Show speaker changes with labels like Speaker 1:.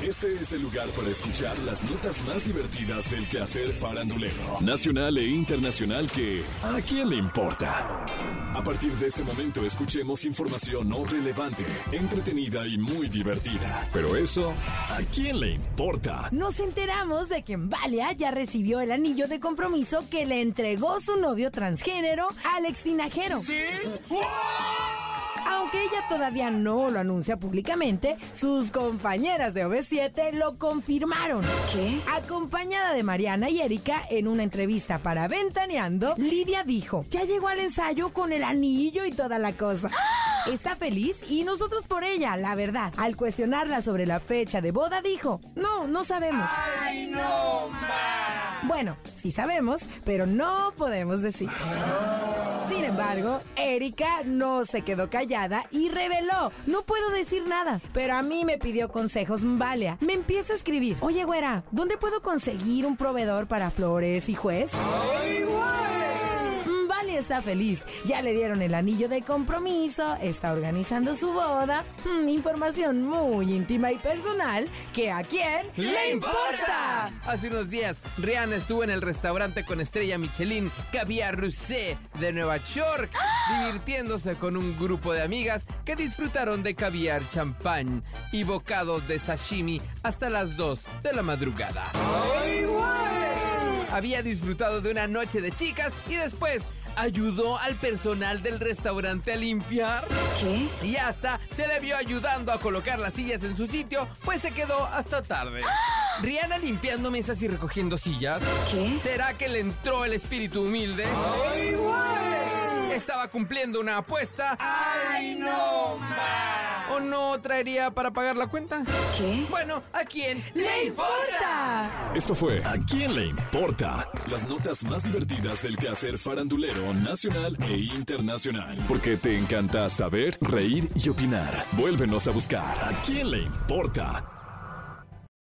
Speaker 1: Este es el lugar para escuchar las notas más divertidas del quehacer farandulero, nacional e internacional que ¿a quién le importa? A partir de este momento escuchemos información no relevante, entretenida y muy divertida. Pero eso, ¿a quién le importa?
Speaker 2: Nos enteramos de que Valia ya recibió el anillo de compromiso que le entregó su novio transgénero, Alex Tinajero.
Speaker 3: ¿Sí?
Speaker 2: Aunque ella todavía no lo anuncia públicamente, sus compañeras de OV7 lo confirmaron.
Speaker 4: ¿Qué?
Speaker 2: Acompañada de Mariana y Erika en una entrevista para Ventaneando, Lidia dijo, ya llegó al ensayo con el anillo y toda la cosa. Está feliz y nosotros por ella, la verdad. Al cuestionarla sobre la fecha de boda dijo, no, no sabemos.
Speaker 3: ¡Ay, no, ma!
Speaker 2: Bueno, sí sabemos, pero no podemos decir. Sin embargo, Erika no se quedó callada y reveló, no puedo decir nada, pero a mí me pidió consejos Mbalia. Me empieza a escribir, oye güera, ¿dónde puedo conseguir un proveedor para flores y juez?
Speaker 3: ¡Ay, güey!
Speaker 2: Mbalia está feliz, ya le dieron el anillo de compromiso, está organizando su boda, Mm, información muy íntima y personal que a quién le importa.
Speaker 5: Hace unos días, Rihanna estuvo en el restaurante con estrella Michelin Caviar Rusé de Nueva York, divirtiéndose con un grupo de amigas que disfrutaron de caviar champán y bocados de sashimi hasta las 2 de la madrugada.
Speaker 3: ¡Ay, güey!
Speaker 5: Había disfrutado de una noche de chicas y después ayudó al personal del restaurante a limpiar.
Speaker 4: ¿Qué?
Speaker 5: Y hasta se le vio ayudando a colocar las sillas en su sitio, pues se quedó hasta tarde. Rihanna limpiando mesas y recogiendo sillas.
Speaker 4: ¿Qué?
Speaker 5: ¿Será que le entró el espíritu humilde?
Speaker 3: ¡Ay, güey!
Speaker 5: ¿Estaba cumpliendo una apuesta?
Speaker 3: ¡Ay, no, ma!
Speaker 5: ¿O no traería para pagar la cuenta?
Speaker 4: ¿Qué?
Speaker 5: Bueno, ¿a quién
Speaker 2: ¡Le importa!
Speaker 1: Esto fue ¿A quién le importa? Las notas más divertidas del quehacer farandulero nacional e internacional. Porque te encanta saber, reír y opinar. Vuélvenos a buscar ¿A quién le importa?